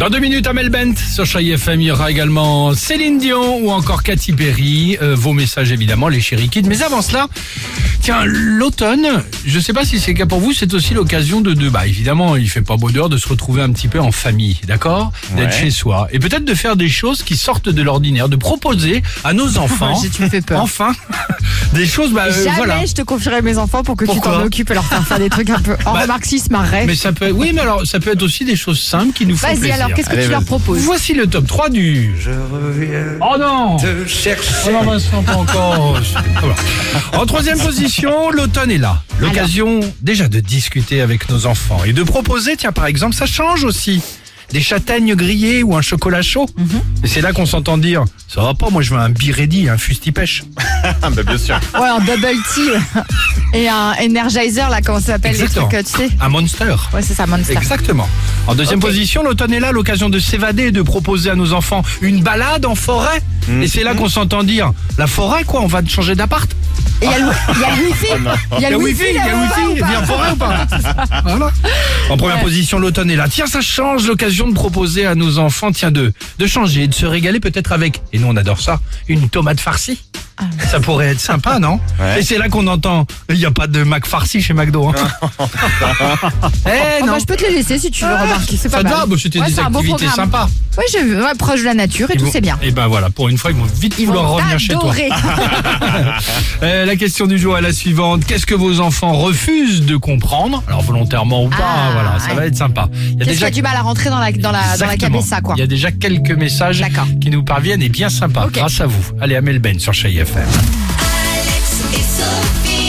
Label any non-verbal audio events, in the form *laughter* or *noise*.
Dans deux minutes, Amel Bent sur Chai FM, il y aura également Céline Dion ou encore Katy Perry. Euh, vos messages évidemment, les chéri kids. Mais avant cela, tiens, l'automne, je sais pas si c'est le cas pour vous, c'est aussi l'occasion de, de, bah évidemment, il fait pas beau dehors, de se retrouver un petit peu en famille, d'accord D'être Ouais. chez soi et peut-être de faire des choses qui sortent de l'ordinaire, de proposer à nos enfants, J'ai- tu me fais peur. enfin, *laughs* des choses, bah euh, Jamais voilà. je te confierai mes enfants pour que tu Pourquoi t'en occupes et leur faire faire des *laughs* trucs un peu. En Bah, remarque, s'ils se marreraient. Mais ça peut, oui, mais alors ça peut être aussi des choses simples qui nous font Vas-y, plaisir. alors, qu'est-ce que Allez, tu leur vas-y. proposes Voici le top 3 du. Je reviens Oh non te chercher. Oh non, Vincent, pas encore. euh, Voilà. En troisième position, l'automne est là. L'occasion déjà de discuter avec nos enfants et de proposer, tiens par exemple, ça change aussi. Des châtaignes grillées ou un chocolat chaud. Et c'est là qu'on s'entend dire, ça va pas, moi je veux un birédi, un fusti pêche. Ah, bah, bien sûr. Ouais, un double tea et un energizer, là, comment ça s'appelle les Exactement. trucs, euh, tu sais Un monster. Ouais, c'est ça, Monster. Exactement. En deuxième position, l'automne est là, l'occasion de s'évader et de proposer à nos enfants une balade en forêt. Et c'est là qu'on s'entend dire, la forêt quoi, on va changer d'appart. Et il y a le il y a *laughs* le wifi Il y a le wifi, Oh, il y a le là-bas ou wifi, pas Eh bien forêt ou pas Ah Voilà. En première position, l'automne est là. Tiens, ça change l'occasion de proposer à nos enfants, tiens, de, de changer, de se régaler peut-être avec, et nous on adore ça, une tomate farcie. Ah Ça pourrait être sympa, non Ouais. Et c'est là qu'on entend, il n'y a pas de Mac farci chez *laughs* McDo. Hein. eh Oh, non bah, je peux te les laisser si tu veux, Ah, remarquer. C'est pas ça te mal. va Bah, C'était Ouais, des c'est un beau activités programme. sympas. Ouais, je, ouais, proche de la nature et tout, c'est bien. Et ben voilà, pour une fois, ils vont vite Ils vouloir vont revenir chez toi. *laughs* t'adorer. Euh, la question du jour est la suivante. Qu'est-ce que vos enfants refusent de comprendre Alors volontairement ou pas, Ah, hein, voilà, ça ouais. va être sympa. Il y a Qu'est-ce qui a du mal à rentrer dans la, dans la, dans la Exactement. cabessa, quoi Il y a déjà quelques messages D'accord. qui nous parviennent et bien sympa Ok. grâce à vous. Allez, Amel Ben sur Chez FM. Alex et Sophie.